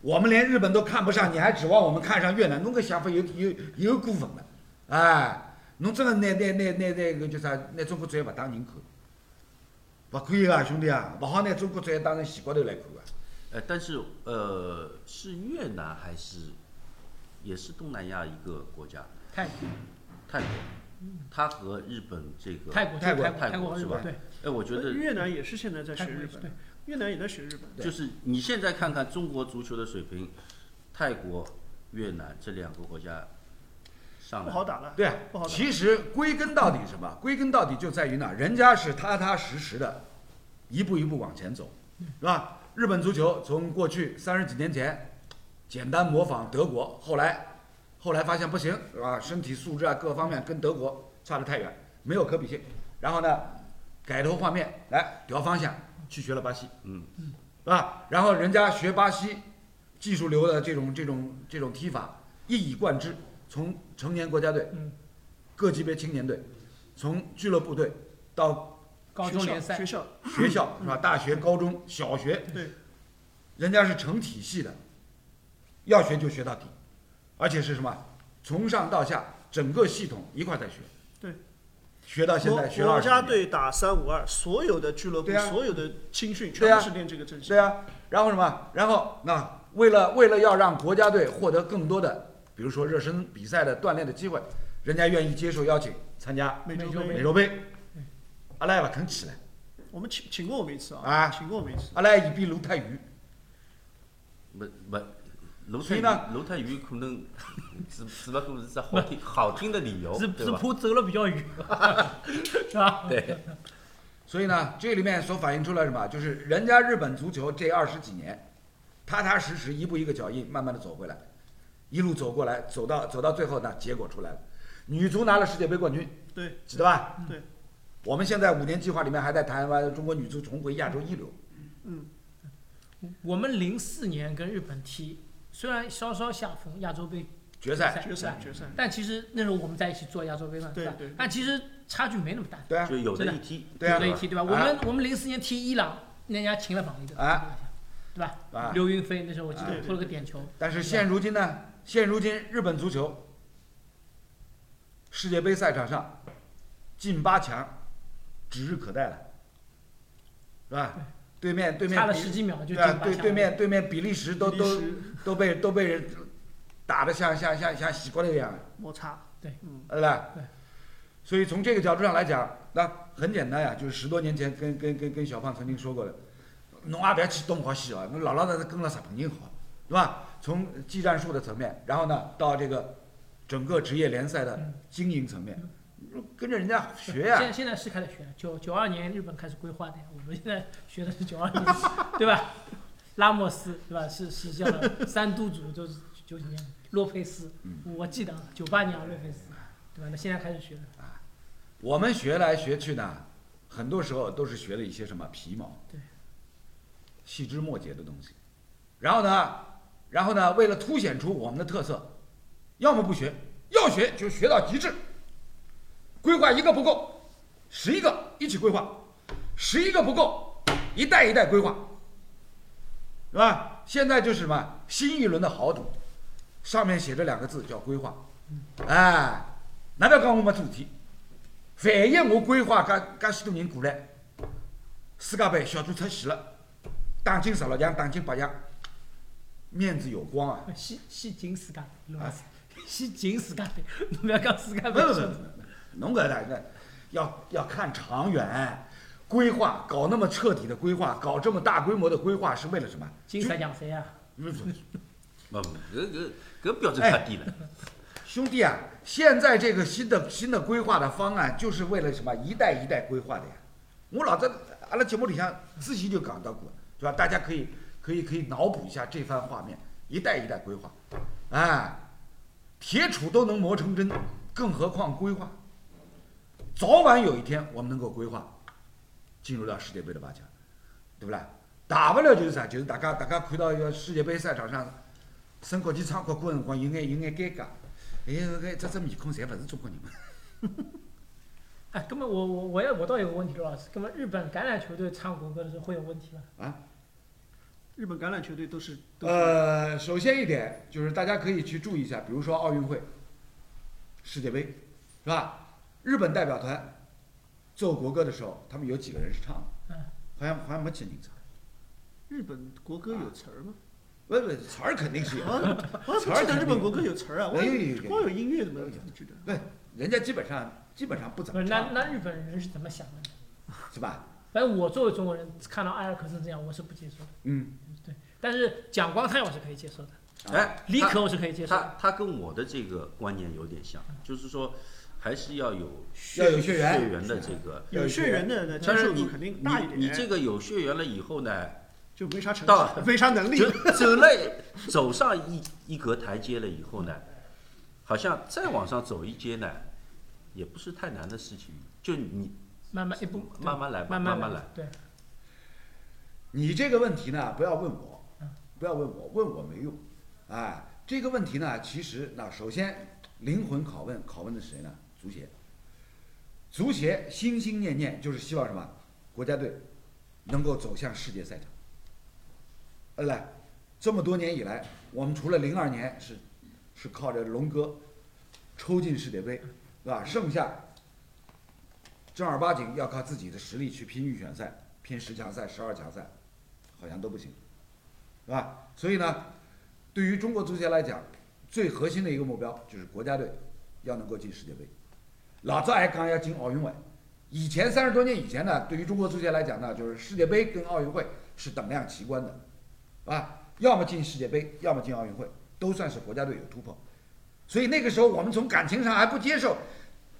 Speaker 1: 我们连日本都看不上，你还指望我们看上越南？侬搿想法有有有过分了，哎，侬真的拿拿拿拿拿个叫啥？拿中国作业勿当人看，勿可以啊，兄弟啊，勿好拿中国作业当成前高头来看啊。
Speaker 4: 呃，但是呃，是越南还是也是东南亚一个国家，
Speaker 3: 泰
Speaker 4: 泰国，它和日本这个
Speaker 3: 泰国
Speaker 1: 嗯泰国
Speaker 3: 泰国
Speaker 4: 泰国
Speaker 3: 泰国和日
Speaker 4: 是吧
Speaker 3: 本对，
Speaker 4: 哎，我觉得
Speaker 2: 呃越南也是现在在学
Speaker 3: 泰国
Speaker 2: 日
Speaker 3: 也
Speaker 2: 本
Speaker 3: 是
Speaker 2: 的
Speaker 3: 对，，
Speaker 2: 越南也在学日本。
Speaker 1: 对
Speaker 4: 就是你现在看看中国足球的水平，泰国、越南这两个国家上
Speaker 2: 不
Speaker 4: 来
Speaker 2: 好打了。
Speaker 1: 对啊
Speaker 2: 不好，打
Speaker 1: 其实归根到底是什么？归根到底就在于哪儿？人家是踏踏实实的，一步一步往前走，是吧？日本足球从过去三十几年前简单模仿德国，后来后来发现不行，是吧？身体素质啊各方面跟德国差得太远，没有可比性。然后呢，改头换面，来调方向，去学了巴西，
Speaker 4: 嗯，
Speaker 1: 是吧？然后人家学巴西技术流的这种这种这种踢法一以贯之，从成年国家队
Speaker 3: 嗯，
Speaker 1: 各级别青年队，从俱乐部队到
Speaker 3: 高中联赛
Speaker 2: 学，校
Speaker 1: 学校是吧？大学、高中小学，
Speaker 2: 对，
Speaker 1: 人家是成体系的，要学就学到底，而且是什么？从上到下整个系统一块儿在学，
Speaker 2: 对，
Speaker 1: 学到现
Speaker 2: 国
Speaker 1: 在学了
Speaker 2: 国
Speaker 1: 二十
Speaker 2: 家
Speaker 1: 年。
Speaker 2: 队打三五二，所有的俱乐部
Speaker 1: 对、啊
Speaker 2: 所有的青训
Speaker 1: 对
Speaker 2: 全
Speaker 1: 啊
Speaker 2: 部是练这个阵型。
Speaker 1: 对啊，然后什么？然后那为了为了要让国家队获得更多的，比如说热身比赛的锻炼的机会，人家愿意接受邀请参加
Speaker 2: 美
Speaker 3: 美
Speaker 2: 洲
Speaker 3: 洲
Speaker 2: 杯
Speaker 1: 美，洲杯。阿拉也不肯去了，
Speaker 2: 我们请请过我们一次啊，
Speaker 1: 啊
Speaker 2: 请过我们一次。
Speaker 1: 阿拉一边撸太鱼，
Speaker 4: 没没卢
Speaker 1: 所
Speaker 4: 泰
Speaker 1: 以
Speaker 4: 愚
Speaker 1: 呢
Speaker 4: 卢泰愚可能 只只不过是只好听好听的理由，
Speaker 3: 只
Speaker 4: 对
Speaker 3: 只
Speaker 4: 吧？
Speaker 3: 怕走了比较远，是吧？
Speaker 4: 对，
Speaker 1: 所以呢，这里面所反映出来什么？就是人家日本足球这二十几年，踏踏实实一步一个脚印，慢慢的走回来，一路走过来，走到走到最后呢，结果出来了，女足拿了世界杯冠军，
Speaker 2: 对
Speaker 1: 记得吧？
Speaker 3: 嗯
Speaker 2: 对，
Speaker 1: 我们现在五年计划里面还在谈完中国女足重回亚洲一流，
Speaker 2: 嗯，
Speaker 3: 我们零四年跟日本踢，虽然稍稍下风，亚洲杯
Speaker 1: 决赛，
Speaker 2: 决赛决赛，
Speaker 3: 但其实那时候我们在一起做亚洲杯嘛，
Speaker 2: 对
Speaker 3: 吧
Speaker 2: 对对？
Speaker 3: 但其实差距没那么大，
Speaker 1: 对啊
Speaker 4: 就，有的
Speaker 3: 真
Speaker 4: 一
Speaker 3: 的
Speaker 4: 踢，
Speaker 1: 对啊
Speaker 3: 有的一踢对吧？
Speaker 1: 啊
Speaker 3: 我们我们零四年踢伊朗，人家擒了榜一的，
Speaker 1: 啊
Speaker 3: 对吧？
Speaker 1: 啊
Speaker 3: 刘云飞那时候我记
Speaker 2: 啊
Speaker 3: 得
Speaker 2: 对
Speaker 3: 破了个点球，
Speaker 1: 但是现如今呢，现如今日本足球世界杯赛场上进八强指日可待了，是吧？对面对面
Speaker 3: 差了
Speaker 1: 比
Speaker 3: 十几秒就进
Speaker 1: 对啊
Speaker 3: 八，强
Speaker 1: 对
Speaker 3: 了。
Speaker 1: 对面对面比利时都
Speaker 2: 比利
Speaker 1: 都
Speaker 2: 时
Speaker 1: 都被都被人打得像像像像洗过了一样，
Speaker 2: 摩擦，
Speaker 3: 对，
Speaker 2: 嗯，
Speaker 1: 对吧？
Speaker 3: 对。
Speaker 1: 所以从这个角度上来讲，那很简单呀，就是十多年前跟跟跟跟小胖曾经说过的，侬也不要去东好西好，啊侬老老实实跟了日本人好，对吧？从技战术的层面，然后呢到这个整个职业联赛的经营层面，跟着人家学
Speaker 3: 嗯现
Speaker 1: 呀
Speaker 3: 在。现在是开始学，九九二年日本开始规划的呀，我们现在学的是九二年，对吧？ 拉莫斯对吧？是是这样的，三都主就是九几年的，洛佩斯，
Speaker 1: 嗯
Speaker 3: 我记得九八年啊，洛佩斯，对吧？那现在开始学了，
Speaker 1: 我们学来学去呢，很多时候都是学了一些什么皮毛，
Speaker 3: 对，
Speaker 1: 细枝末节的东西。然后呢，然后呢，为了凸显出我们的特色，要么不学，要学就学到极致。规划一个不够，十一个一起规划，十一个不够，一代一代规划，是吧？现在就是什么新一轮的豪赌，上面写着两个字叫规划，哎，哪能讲我没主题？万一我规划介介许多人过来，世界杯小组出线了，打进十六强，打进八强，面子有光啊！
Speaker 3: 西西锦斯卡佩，洛佩斯， 西锦斯卡佩， 你不要讲斯卡
Speaker 1: 不
Speaker 3: 佩
Speaker 1: 是不是，不是侬搿大概要要看长远规划，搞那么彻底的规划，搞这么大规模的规划是为了什么？
Speaker 3: 金三奖谁啊？
Speaker 1: 不是不是
Speaker 4: 不不，搿搿搿标准
Speaker 1: 哎
Speaker 4: 太低了。
Speaker 1: 兄弟啊，现在这个新的新的规划的方案，就是为了什么一代一代规划的呀。我老在阿拉节目里向之前就讲到过，对吧？大家可以可以可以脑补一下这番画面，一代一代规划，哎，铁杵都能磨成针，更何况规划？早晚有一天我们能够规划，进入到世界杯的八强，对不啦？大不了就是啥，就是大家大家看到一个世界杯赛场上升国旗唱国歌的辰光，有眼有眼尴尬，哎，搿一只只面孔侪勿是中国人嘛。
Speaker 3: 哎，根本我我我要我倒有个问题，罗老师，根本日本橄榄球队唱国歌的时候会有问题吗？
Speaker 1: 啊
Speaker 2: 日本橄榄球队都是都是
Speaker 1: 呃，首先一点就是大家可以去注意一下，比如说奥运会、世界杯，是吧？日本代表团奏国歌的时候，他们有几个人是唱的
Speaker 3: 嗯，
Speaker 1: 好像好像没几个人唱，
Speaker 2: 日本国歌有词儿吗？
Speaker 1: 不不，词儿肯定是有的，
Speaker 2: 我我怎么记得日本国歌有词儿啊？我以为光有音乐怎么记得？
Speaker 1: 不，人家基本上基本上不怎
Speaker 3: 不
Speaker 1: 么
Speaker 3: 是，那
Speaker 1: 唱，
Speaker 3: 那日本人是怎么想的呢？
Speaker 1: 是吧？
Speaker 3: 反正我作为中国人，看到埃尔克森这样，我是不接受的。
Speaker 1: 嗯，
Speaker 3: 对，但是蒋光太我是可以接受的，
Speaker 4: 哎，
Speaker 3: 李
Speaker 4: 他
Speaker 3: 可我是可以接受的。
Speaker 4: 他他跟我的这个观念有点像，就是说，还是要有
Speaker 1: 要有血
Speaker 4: 血
Speaker 1: 缘
Speaker 4: 缘的这个。
Speaker 2: 有血缘的呢，接
Speaker 4: 但是
Speaker 2: 受
Speaker 4: 你
Speaker 2: 度肯定大一
Speaker 4: 你
Speaker 2: 点。
Speaker 4: 你这个有血缘了以后呢，
Speaker 2: 就没啥成
Speaker 4: 到
Speaker 2: 绩，没啥能力。
Speaker 4: 走走了走上一一格台阶了以后呢，好像再往上走一阶呢，也不是太难的事情，就你
Speaker 3: 慢慢一步，对
Speaker 4: 慢慢来吧
Speaker 3: 慢
Speaker 4: 慢慢
Speaker 3: 来
Speaker 4: 来。
Speaker 3: 对，
Speaker 1: 你这个问题呢，不要问我，不要问我，问我没用。哎，这个问题呢，其实那首先灵魂拷问，拷问的是谁呢？足协。足协心心念念就是希望什么？国家队能够走向世界赛场。呃，来，这么多年以来，我们除了零二年是是靠着龙哥抽进世界杯，对吧？剩下正儿八经要靠自己的实力去拼预选赛、拼十强赛、十二强赛，好像都不行，是吧？所以呢，对于中国足协来讲，最核心的一个目标就是国家队要能够进世界杯。老早还讲要进奥运会，以前三十多年以前呢，对于中国足协来讲呢，就是世界杯跟奥运会是等量齐观的，啊，要么进世界杯，要么进奥运会，都算是国家队有突破。所以那个时候我们从感情上还不接受，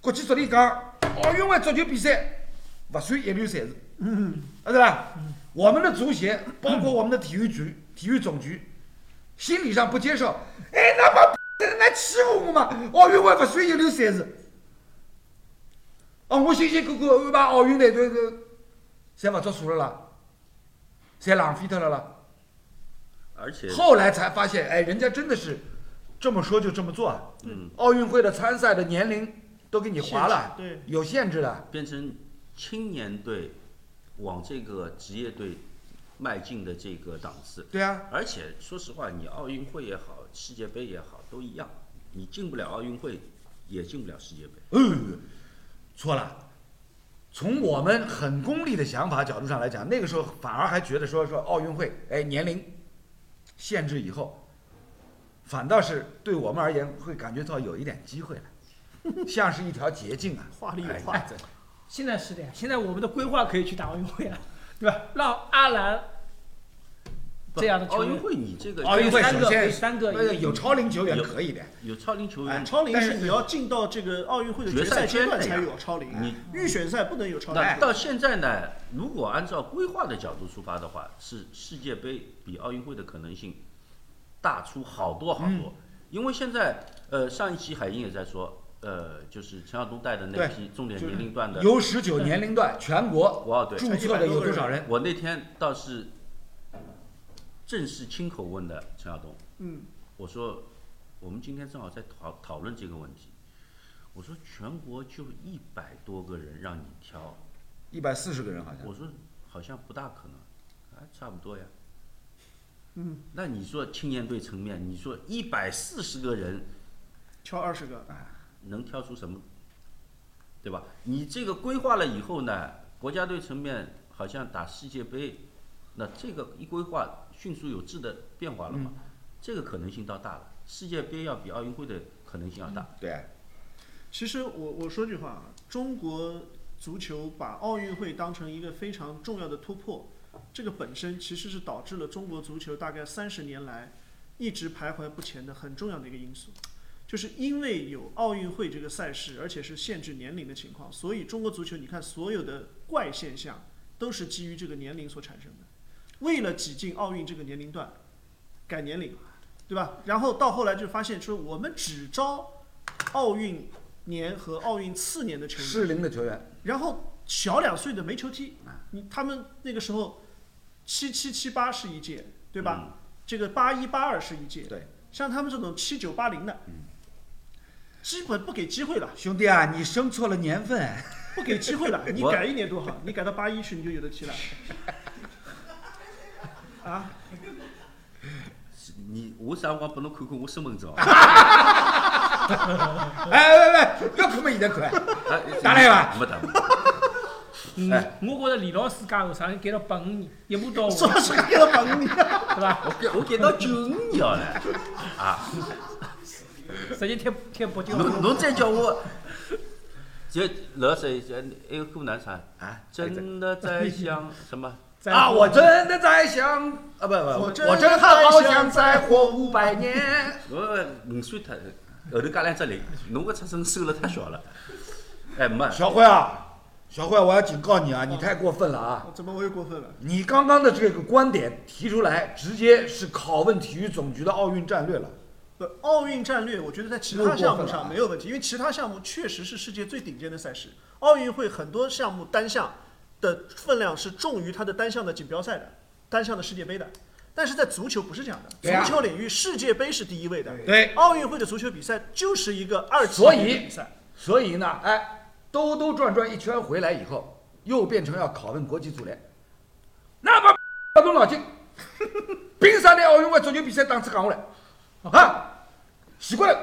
Speaker 1: 国际足联讲奥运会足球比赛不算一流赛事，
Speaker 2: 嗯，
Speaker 1: 啊对吧？我们的足协 包括我们的体育局、体育总局，心理上不接受，哎，那么来欺负我嘛？奥运会不算一流赛事。哦，我辛辛苦苦安排奥运队队队，侪勿作数了啦，侪浪费掉了啦。
Speaker 4: 而且
Speaker 1: 后来才发现，哎，人家真的是这么说就这么做啊。
Speaker 4: 嗯，
Speaker 1: 奥运会的参赛的年龄都给你划了，
Speaker 2: 限制对
Speaker 1: 有限制的。
Speaker 4: 变成青年队往这个职业队迈进的这个档次。
Speaker 1: 对啊，
Speaker 4: 而且说实话，你奥运会也好，世界杯也好，都一样，你进不了奥运会，也进不了世界杯。
Speaker 1: 嗯，错了。从我们很功利的想法角度上来讲，那个时候反而还觉得说说奥运会，哎，年龄限制以后，反倒是对我们而言会感觉到有一点机会了，像是一条捷径 啊。
Speaker 2: 话里有
Speaker 1: 哎
Speaker 2: 话
Speaker 1: 哎
Speaker 3: 现在是的呀，现在我们的规划可以去打奥运会了，对吧？让阿兰
Speaker 4: 不
Speaker 3: 这样的球
Speaker 4: 奥
Speaker 3: 员哦
Speaker 4: 运，会，你这个
Speaker 1: 奥运会
Speaker 3: 三
Speaker 1: 首
Speaker 3: 个
Speaker 1: 先
Speaker 3: 三个
Speaker 1: 呃有超龄球员
Speaker 4: 有
Speaker 1: 可以的，
Speaker 4: 有超龄球
Speaker 2: 哎，
Speaker 4: 员，
Speaker 2: 超龄
Speaker 1: 但
Speaker 2: 是
Speaker 1: 是
Speaker 2: 你要进到这个奥运会的决赛阶段才有超龄，啊
Speaker 4: 你
Speaker 2: 预选赛不能有超龄。啊
Speaker 4: 那到现在呢，如果按照规划的角度出发的话，是世界杯比奥运会的可能性大出好多好
Speaker 1: 嗯
Speaker 4: 多。因为现在呃，上一期海英也在说，呃，就是陈晓东带的那
Speaker 1: 对
Speaker 4: 批重点
Speaker 1: 就是
Speaker 4: 年龄段的
Speaker 1: 有十九年龄段全国
Speaker 4: 国奥队，哎
Speaker 1: 注册的有多少人？
Speaker 4: 我那天倒是正式亲口问的陈晓东，
Speaker 2: 嗯，
Speaker 4: 我说我们今天正好在讨讨论这个问题，我说全国就一百多个人让你挑，
Speaker 1: 一百四十个人好像。
Speaker 4: 我说好像不大可能，哎，差不多呀。嗯，那你说青年队层面，你说一百四十个人
Speaker 2: 挑二十个，
Speaker 4: 能挑出什么，对吧？你这个规划了以后呢，国家队层面好像打世界杯，那这个一规划迅速有质的变化了嘛，这个可能性倒大了。世界杯要比奥运会的可能性要大，
Speaker 1: 对，
Speaker 2: 其实我我说句话啊，中国足球把奥运会当成一个非常重要的突破，这个本身其实是导致了中国足球大概三十年来一直徘徊不前的很重要的一个因素。就是因为有奥运会这个赛事，而且是限制年龄的情况，所以中国足球你看所有的怪现象都是基于这个年龄所产生的。为了挤进奥运这个年龄段，改年龄，对吧？然后到后来就发现说，我们只招奥运年和奥运次年的球员，
Speaker 1: 适龄的球员，
Speaker 2: 然后小两岁的没球踢，你他们那个时候七七七八是一届，对吧？这个八一八二是一届，
Speaker 1: 对，
Speaker 2: 像他们这种七九八零的，基本不给机会了，
Speaker 1: 兄弟啊，你生错了年份。啊
Speaker 2: 不给机会了，你
Speaker 4: 我
Speaker 2: 改一年多好，你改到八一去你就有的踢了。啊，
Speaker 4: 你我啥辰光拨侬看看我身份证哦？
Speaker 1: 哎喂喂，不要看么现在看，
Speaker 4: 哎
Speaker 1: 打来吧
Speaker 4: 没打。没
Speaker 1: 哎
Speaker 4: 打
Speaker 3: 嗯，我觉着李老师加入上改到八五年，一步到位，
Speaker 2: 说是改了八五年，
Speaker 1: 啊
Speaker 3: 对吧？
Speaker 4: 我改我改到九五年 了，啊！
Speaker 3: 直接贴贴北京奥运
Speaker 4: 侬
Speaker 3: 会。
Speaker 4: 侬再叫我，就老师还有歌难啥？
Speaker 1: 啊
Speaker 4: 真的在 想什么？
Speaker 3: 再
Speaker 1: 啊，
Speaker 3: 说
Speaker 1: 我真的在想啊，不不，
Speaker 2: 我
Speaker 1: 我
Speaker 2: 真的
Speaker 1: 我真的好想再活五百年。
Speaker 4: 我五岁他后头加两只零，侬个出生收了太小了。哎，没，
Speaker 1: 小辉啊，小辉，我要警告你啊，你太过分了啊！
Speaker 2: 怎么我又过分了？
Speaker 1: 你刚刚的这个观点提出来，直接是拷问体育总局的奥运战略了。
Speaker 2: 不，奥运战略，我觉得在其
Speaker 1: 又
Speaker 2: 他
Speaker 1: 过
Speaker 2: 项
Speaker 1: 分
Speaker 2: 目
Speaker 1: 了啊
Speaker 2: 上没有问题，因为其他项目确实是世界最顶尖的赛事。奥运会很多项目单项的分量是重于它的单项的锦标赛的，单项的世界杯的。但是在足球不是这样
Speaker 1: 对
Speaker 2: 的，
Speaker 1: 啊
Speaker 2: 足球领域世界杯是第一位的，
Speaker 1: 对
Speaker 2: 奥运会的足球比赛就是一个二级
Speaker 1: 所
Speaker 2: 别的
Speaker 1: 以
Speaker 2: 比赛，
Speaker 1: 所以呢，哎，兜兜转转一圈回来以后，又变成要拷问国际足联，那么 打动脑筋，凭啥拿奥运会足球比赛档次降下来？啊，奇怪了，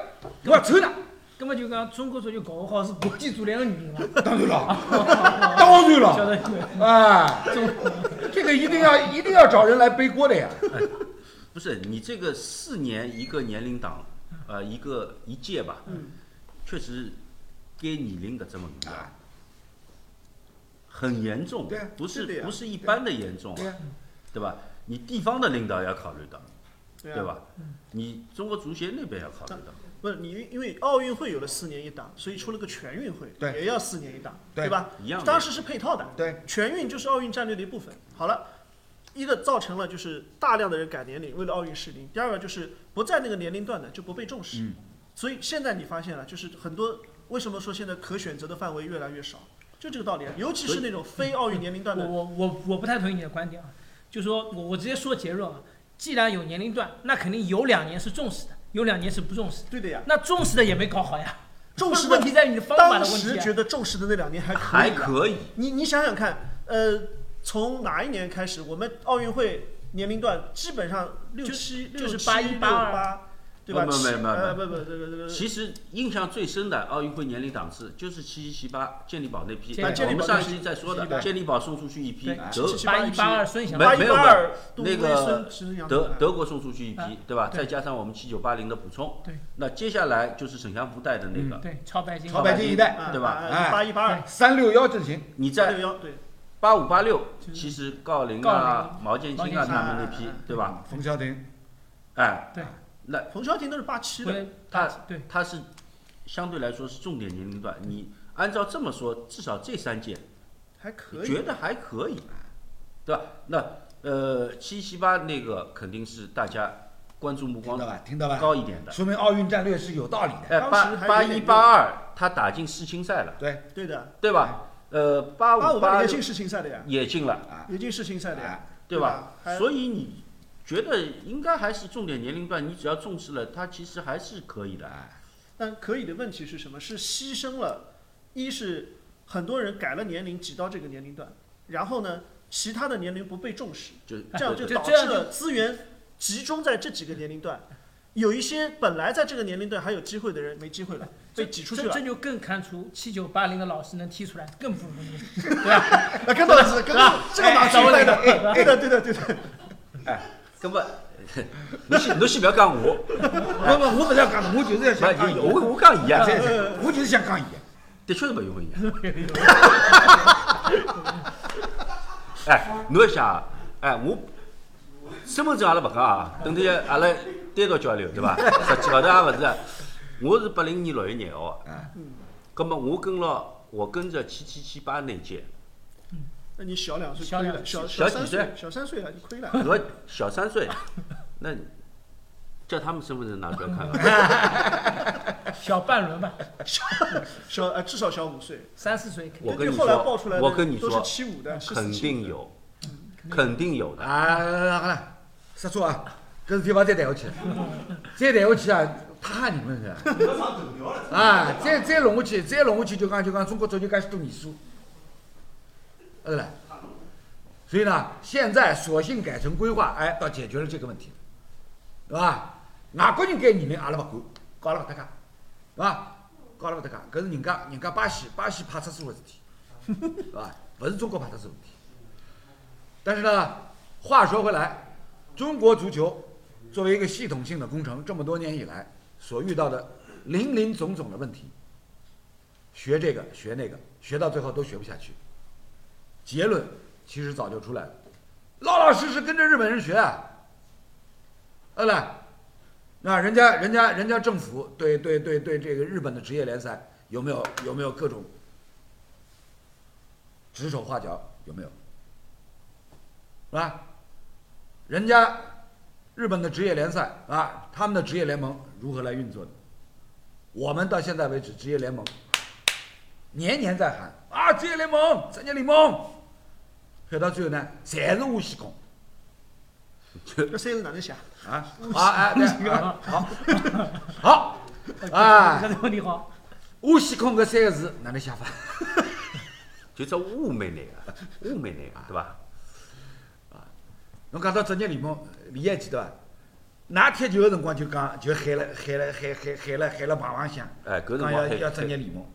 Speaker 1: 我要抽呢？
Speaker 3: 根本就讲中国足球搞不好是国际足联的原因嘛，
Speaker 1: 当然了，当然
Speaker 3: 晓
Speaker 1: 了，
Speaker 3: 得因为
Speaker 1: 啊，这个一定要一定要找人来背锅的呀。
Speaker 4: 不是你这个四年一个年龄档，呃，一个一届吧，确实该年龄的这么高
Speaker 1: 嗯啊，
Speaker 4: 很严重
Speaker 1: 对啊，
Speaker 4: 不
Speaker 2: 是的
Speaker 4: 是
Speaker 2: 呀
Speaker 4: 不是一般的严重
Speaker 1: 对呀啊
Speaker 4: 啊，对吧？你地方的领导要考虑到，
Speaker 2: 对
Speaker 4: 对
Speaker 2: 啊，
Speaker 4: 吧？你中国足协那边要考虑到，
Speaker 2: 不是你，因为奥运会有了四年一档，所以出了个全运会，
Speaker 1: 对
Speaker 2: 也要四年一档，
Speaker 1: 对
Speaker 2: 吧？
Speaker 4: 一样的
Speaker 2: 当时是配套的，
Speaker 1: 对，
Speaker 2: 全运就是奥运战略的一部分。好了，一个造成了就是大量的人改年龄，为了奥运适龄；第二个就是不在那个年龄段的就不被重视。
Speaker 1: 嗯
Speaker 2: 所以现在你发现了，就是很多为什么说现在可选择的范围越来越少，就这个道理啊。尤其是那种非奥运年龄段
Speaker 3: 我
Speaker 2: 的，
Speaker 3: 我我我不太同意你的观点啊，就说我我直接说结论啊，既然有年龄段，那肯定有两年是重视的，有两年是不重视的，
Speaker 2: 对的呀。
Speaker 3: 那重视的也没搞好呀，
Speaker 2: 重视的
Speaker 3: 问题在于你的方法
Speaker 2: 当
Speaker 3: 的问
Speaker 2: 时
Speaker 3: 题、
Speaker 2: 觉
Speaker 3: 啊。
Speaker 2: 得重视的那两年还可以啊，
Speaker 4: 还可以，
Speaker 2: 你你想想看，呃，从哪一年开始，我们奥运会年龄段基本上六
Speaker 3: 就
Speaker 2: 七
Speaker 3: 就
Speaker 2: 六
Speaker 3: 是
Speaker 2: 七
Speaker 3: 81 82
Speaker 2: 八，对吧？
Speaker 4: 不不
Speaker 2: 七
Speaker 4: 不不
Speaker 2: 呃不不这个这个
Speaker 4: 其实印象最深的奥运会年龄档次就是七七七八健力宝那批，哎
Speaker 3: 健力宝
Speaker 4: 我们上一期在说
Speaker 3: 健力宝
Speaker 4: 的健力宝送出去一批
Speaker 3: 对，
Speaker 4: 德
Speaker 2: 七
Speaker 3: 八一八二孙翔
Speaker 4: 没，
Speaker 2: 八一
Speaker 4: 有
Speaker 2: 八二杜
Speaker 4: 那
Speaker 2: 威
Speaker 4: 个
Speaker 2: 孙其实杨
Speaker 4: 德
Speaker 2: 澜
Speaker 4: 德国送出去一批
Speaker 3: 啊，
Speaker 4: 对吧？
Speaker 3: 对
Speaker 4: 再加上我们七九八零的补充，
Speaker 3: 对，嗯
Speaker 4: 那接下来就是沈祥福带的那个，
Speaker 3: 啊对，超白金，
Speaker 1: 超白金一代，
Speaker 2: 啊
Speaker 4: 对吧
Speaker 1: 哎
Speaker 2: 八一八二
Speaker 1: 三六幺阵型，
Speaker 4: 你
Speaker 2: 八
Speaker 4: 在
Speaker 2: 六幺对，
Speaker 4: 八五八六
Speaker 3: 就，是
Speaker 4: 其实郜林
Speaker 3: 郜
Speaker 4: 啊、毛剑
Speaker 3: 毛
Speaker 4: 卿
Speaker 3: 剑
Speaker 4: 啊
Speaker 3: 卿
Speaker 4: 他们那
Speaker 2: 啊
Speaker 4: 批
Speaker 2: 啊啊，
Speaker 4: 对吧？
Speaker 1: 冯潇霆，
Speaker 4: 哎，
Speaker 3: 对，
Speaker 4: 那
Speaker 2: 冯潇霆都是八七的，
Speaker 3: 对
Speaker 4: 他
Speaker 3: 对
Speaker 4: 他是相对来说是重点年龄段，你按照这么说，至少这三届
Speaker 2: 还可以
Speaker 4: 觉。得还可以，对吧？那呃七七八那个肯定是大家关注目
Speaker 1: 听
Speaker 4: 光
Speaker 1: 到吧？听到吧？
Speaker 4: 高一点的，
Speaker 1: 说明奥运战略是有道理的。
Speaker 4: 哎
Speaker 2: 当
Speaker 4: 八
Speaker 2: 时还
Speaker 4: 八
Speaker 2: 有
Speaker 4: 一
Speaker 2: 点
Speaker 4: 八二他打进世青赛了，
Speaker 1: 对
Speaker 2: 对的，
Speaker 4: 对吧？呃八
Speaker 2: 哎八
Speaker 4: 五
Speaker 2: 五
Speaker 4: 八
Speaker 2: 八也
Speaker 4: 六哎
Speaker 2: 进世青赛的呀，
Speaker 4: 也进了，
Speaker 1: 啊，
Speaker 2: 也进世青赛的呀，
Speaker 4: 对吧？
Speaker 2: 还
Speaker 4: 所以你觉得应该还是重点年龄段，你只要重视了，它其实还是可以的。
Speaker 2: 哎但可以的问题是什么？是牺牲了，一是很多人改了年龄挤到这个年龄段，然后呢，其他的年龄不被重视，
Speaker 4: 就
Speaker 2: 这样就
Speaker 4: 对
Speaker 3: 就
Speaker 2: 导致
Speaker 3: 这样就
Speaker 2: 了资源集中在这几个年龄段。有一些本来在这个年龄段还有机会的人没机会了，被挤出去
Speaker 3: 这
Speaker 2: 了
Speaker 3: 这。就更看出七九八零的老师能踢出来，更不容易。
Speaker 2: 啊，跟到是，跟到这个哪
Speaker 3: 哎
Speaker 2: 出来的
Speaker 3: 哎哎哎？
Speaker 2: 对的，对的，对的。
Speaker 4: 根 本，侬先侬先不要 讲我，
Speaker 1: 不不，我不是要讲的，我就是要想讲
Speaker 4: 不，
Speaker 1: 伊，
Speaker 4: 我我讲伊啊，
Speaker 1: 对对我就是想讲伊。
Speaker 4: 的确是不容易。啊哎，侬要想啊，哎，我身份证阿拉勿讲啊，等下阿拉单独交流对伐？实际高头也勿是啊，我是八零年六月廿号
Speaker 1: 嗯
Speaker 4: 啊，葛么我跟了我跟着七七七八那届，
Speaker 2: 那你小两岁
Speaker 3: 小
Speaker 2: 亏
Speaker 3: 两
Speaker 2: 了，小
Speaker 4: 小
Speaker 2: 三
Speaker 4: 几岁
Speaker 2: 岁，小三岁了，你亏了。
Speaker 4: 我小三岁，那叫他们身份证拿出来看啊看，
Speaker 3: 小半轮吧，
Speaker 2: 小小呃，至少小五岁。
Speaker 3: 三四岁肯定
Speaker 4: 我
Speaker 2: 根
Speaker 4: 跟
Speaker 2: 据
Speaker 4: 你
Speaker 2: 后来报出来的
Speaker 4: 说，我跟你
Speaker 2: 都是
Speaker 4: 说，
Speaker 2: 七五的，是
Speaker 4: 肯定
Speaker 2: 47的。
Speaker 4: 有，肯定有的。
Speaker 1: 啊，好了，刹住啊！搿事体勿要再谈下去了，再谈下去啊，太吓人了是吧。啊，再再弄下去，再弄下去就讲就讲中国足球介许多年数，是啦。所以呢，现在索性改成规划，哎，倒解决了这个问题，是吧？外国人该年龄阿拉勿管，搞了勿搭界，是吧？搞了勿搭界，搿是人家人家巴西巴西派出所的事体，是吧？勿是中国派出所的事体。但是呢，话说回来，中国足球作为一个系统性的工程，这么多年以来所遇到的林林总总的问题，学这个学那个，学到最后都学不下去。结论其实早就出来了，老老实实跟着日本人学啊。呃嘞，那人家人家人家政府对对对对这个日本的职业联赛有没有有没有各种指手画脚？有没有？是吧？啊人家日本的职业联赛啊，他们的职业联盟如何来运作的？我们到现在为止，职业联盟年年在喊啊，职业联盟、职业联盟，喊到最后呢，侪是无锡工
Speaker 2: 这三个哪能想？
Speaker 1: 啊，好哎，对啊好，好 啊
Speaker 3: 这，个问题好，
Speaker 1: 无锡空搿三个字哪能写法？
Speaker 4: 就只雾没那个，雾没那个，对吧？
Speaker 1: 侬讲到职业联盟，你还记得伐？㑚踢球个辰光就讲，就喊了喊了喊喊喊了喊了棒棒响，
Speaker 4: 哎，搿辰
Speaker 1: 讲
Speaker 4: 光
Speaker 1: 要
Speaker 4: 还
Speaker 1: 要职业联盟。
Speaker 4: 哎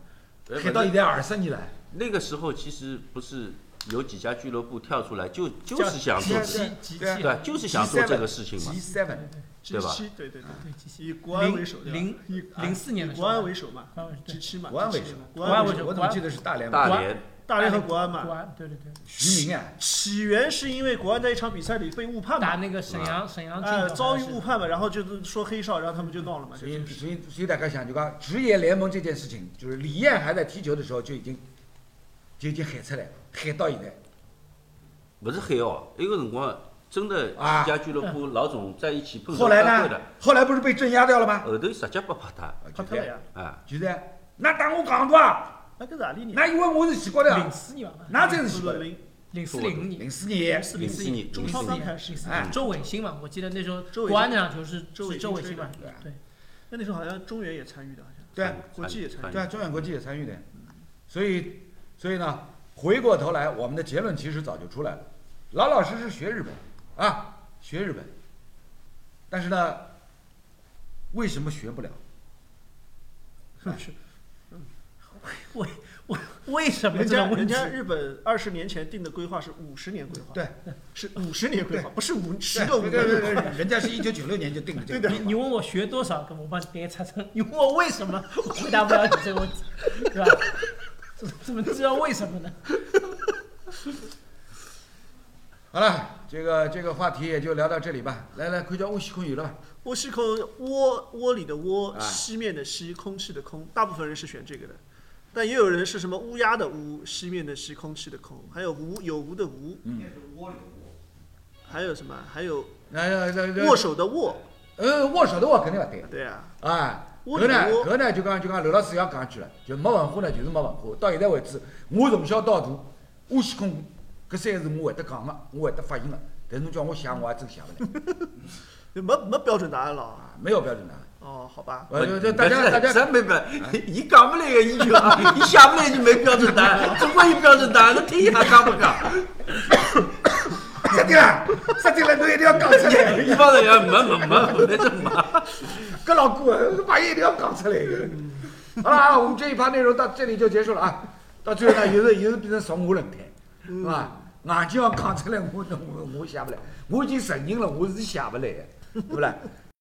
Speaker 1: 黑到现在二十年了，
Speaker 4: 那个时候其实不是有几家俱乐部跳出来就就是想
Speaker 1: 集
Speaker 4: 做，
Speaker 1: 集
Speaker 3: 集
Speaker 1: 对啊
Speaker 4: 对吧，就是想做这个事情嘛
Speaker 1: G。seven，
Speaker 2: G
Speaker 4: 对吧
Speaker 2: 七，对对对，
Speaker 3: 对，机器
Speaker 2: 以国安为首，
Speaker 3: 零
Speaker 2: 对吧啊以
Speaker 3: 零零四年的时
Speaker 2: 国安
Speaker 3: 候，啊嗯
Speaker 2: 为首嘛
Speaker 3: 国安为首对
Speaker 2: ，G 七嘛，
Speaker 1: 国安为
Speaker 2: G7
Speaker 1: 首
Speaker 2: 嘛，
Speaker 1: 国
Speaker 3: 安为首
Speaker 1: 我怎么记得是大连？
Speaker 4: 大连
Speaker 2: 大连和国安
Speaker 3: 国
Speaker 2: 嘛。
Speaker 3: 安，对对对，
Speaker 1: 徐明啊，
Speaker 2: 起源是因为国安在一场比赛里被误判
Speaker 3: 打
Speaker 2: 嘛，
Speaker 3: 那个沈阳沈阳
Speaker 2: 呃，
Speaker 3: 军
Speaker 2: 遭遇误判嘛，然后就是说黑哨，然后他们就闹了嘛，
Speaker 1: 所
Speaker 2: 就
Speaker 1: 以，
Speaker 2: 是
Speaker 1: 所以，所以大家想，就讲职业联盟这件事情，就是李艳还在踢球的时候就已经就已经喊出来了，喊到现在
Speaker 4: 不是黑哦，一个辰光真的
Speaker 1: 啊
Speaker 4: 几家俱乐部老总在一起碰头
Speaker 1: 后来
Speaker 4: 开
Speaker 1: 呢
Speaker 4: 会啊的，？啊
Speaker 1: 后来不是被镇压掉了吗？
Speaker 4: 后头直接被拍他，
Speaker 1: 啊
Speaker 2: 帕
Speaker 1: 就
Speaker 2: 特
Speaker 1: 这
Speaker 2: 了
Speaker 1: 样，
Speaker 2: 呀，
Speaker 4: 啊，
Speaker 1: 就这样。那当我讲的啊，
Speaker 2: 那个是哪里年？
Speaker 1: 那以为我是西瓜的
Speaker 3: 零
Speaker 1: 啊，
Speaker 3: 四年吧，
Speaker 1: 那真是西
Speaker 2: 不
Speaker 1: 瓜
Speaker 2: 不
Speaker 1: 的。
Speaker 2: 零
Speaker 3: 零四零五年。
Speaker 1: 零四年，
Speaker 2: 四
Speaker 4: 零
Speaker 2: 零
Speaker 4: 四年，
Speaker 2: 中
Speaker 4: 零
Speaker 2: 超
Speaker 4: 四
Speaker 2: 刚
Speaker 4: 年，
Speaker 2: 开始，
Speaker 1: 哎
Speaker 3: 周伟星嘛，我记得那时候
Speaker 2: 周伟星
Speaker 3: 国安那场球是
Speaker 2: 周伟星
Speaker 3: 是周伟星嘛
Speaker 1: 追的，
Speaker 3: 对，
Speaker 2: 啊那那时候好像中原也参与的，好像
Speaker 1: 对啊
Speaker 4: 翻
Speaker 2: 国际也参与
Speaker 4: 翻
Speaker 1: 对啊，中远国际也参与的，所以，所以呢，回过头来，我们的结论其实早就出来了，老老实实学日本啊，学日本。但是呢，为什么学不了？
Speaker 3: 是，为为为什么
Speaker 2: 人
Speaker 3: 这
Speaker 2: 家
Speaker 3: 种问
Speaker 2: 人
Speaker 3: 题？
Speaker 2: 家日本二十年前定的规划是五十年规划，
Speaker 1: 对，
Speaker 2: 是五十年规划，不是五十个五
Speaker 1: 对对
Speaker 2: 年
Speaker 1: 对
Speaker 2: 规
Speaker 1: 对
Speaker 2: 划。
Speaker 1: 对，人家是一九九六年就定了这个
Speaker 3: 你
Speaker 1: 计划。
Speaker 3: 你问我学多少个，我帮你别查成。你问我为什么，我回答不了你这个问题，对吧？怎么怎么知道为什么呢？
Speaker 1: 好了，这个这个话题也就聊到这里吧。来来，快叫我西空有了吧。
Speaker 2: 窝西空窝窝里的窝，
Speaker 1: 哎
Speaker 2: 西面的西，空气的空，大部分人是选这个的，但也有人是什么乌鸦的乌，西面的西，空气的空，还有无有无的无，
Speaker 1: 嗯
Speaker 2: 还有什么？还有
Speaker 1: 来来来来，
Speaker 2: 握手的握，
Speaker 1: 呃，握手的握肯定要对。
Speaker 2: 对啊，
Speaker 1: 啊，
Speaker 2: 我
Speaker 1: 搿呢
Speaker 2: 觉得
Speaker 1: 搿呢就讲就讲刘老师也讲一句了，就没文化呢，就是没文化。到现在为止，我从小到大，乌西空搿三个字我会得讲个，我会得发音个，但是侬叫我写，我也真写勿来，
Speaker 2: 就没没标准答案了啊。
Speaker 1: 啊没有标准答案。
Speaker 2: 哦，好吧，
Speaker 1: 呃，就就大家大家
Speaker 4: 咱没办，伊讲不来个，伊就伊写不来就没标准答案，总归有标准答案，侬听伊还讲不讲？
Speaker 1: 识定了，识定了，侬一定要讲出来。
Speaker 4: 伊帮人家没没没没这没。
Speaker 1: 搿老哥，搿把音一定要讲出来。好了啊，我们这一趴内容到这里就结束了啊。到最后呢，又是又是变成送我轮胎，是吧？硬劲要讲出来，我我我写不来，我已经承认了，我是写不来的，对不啦？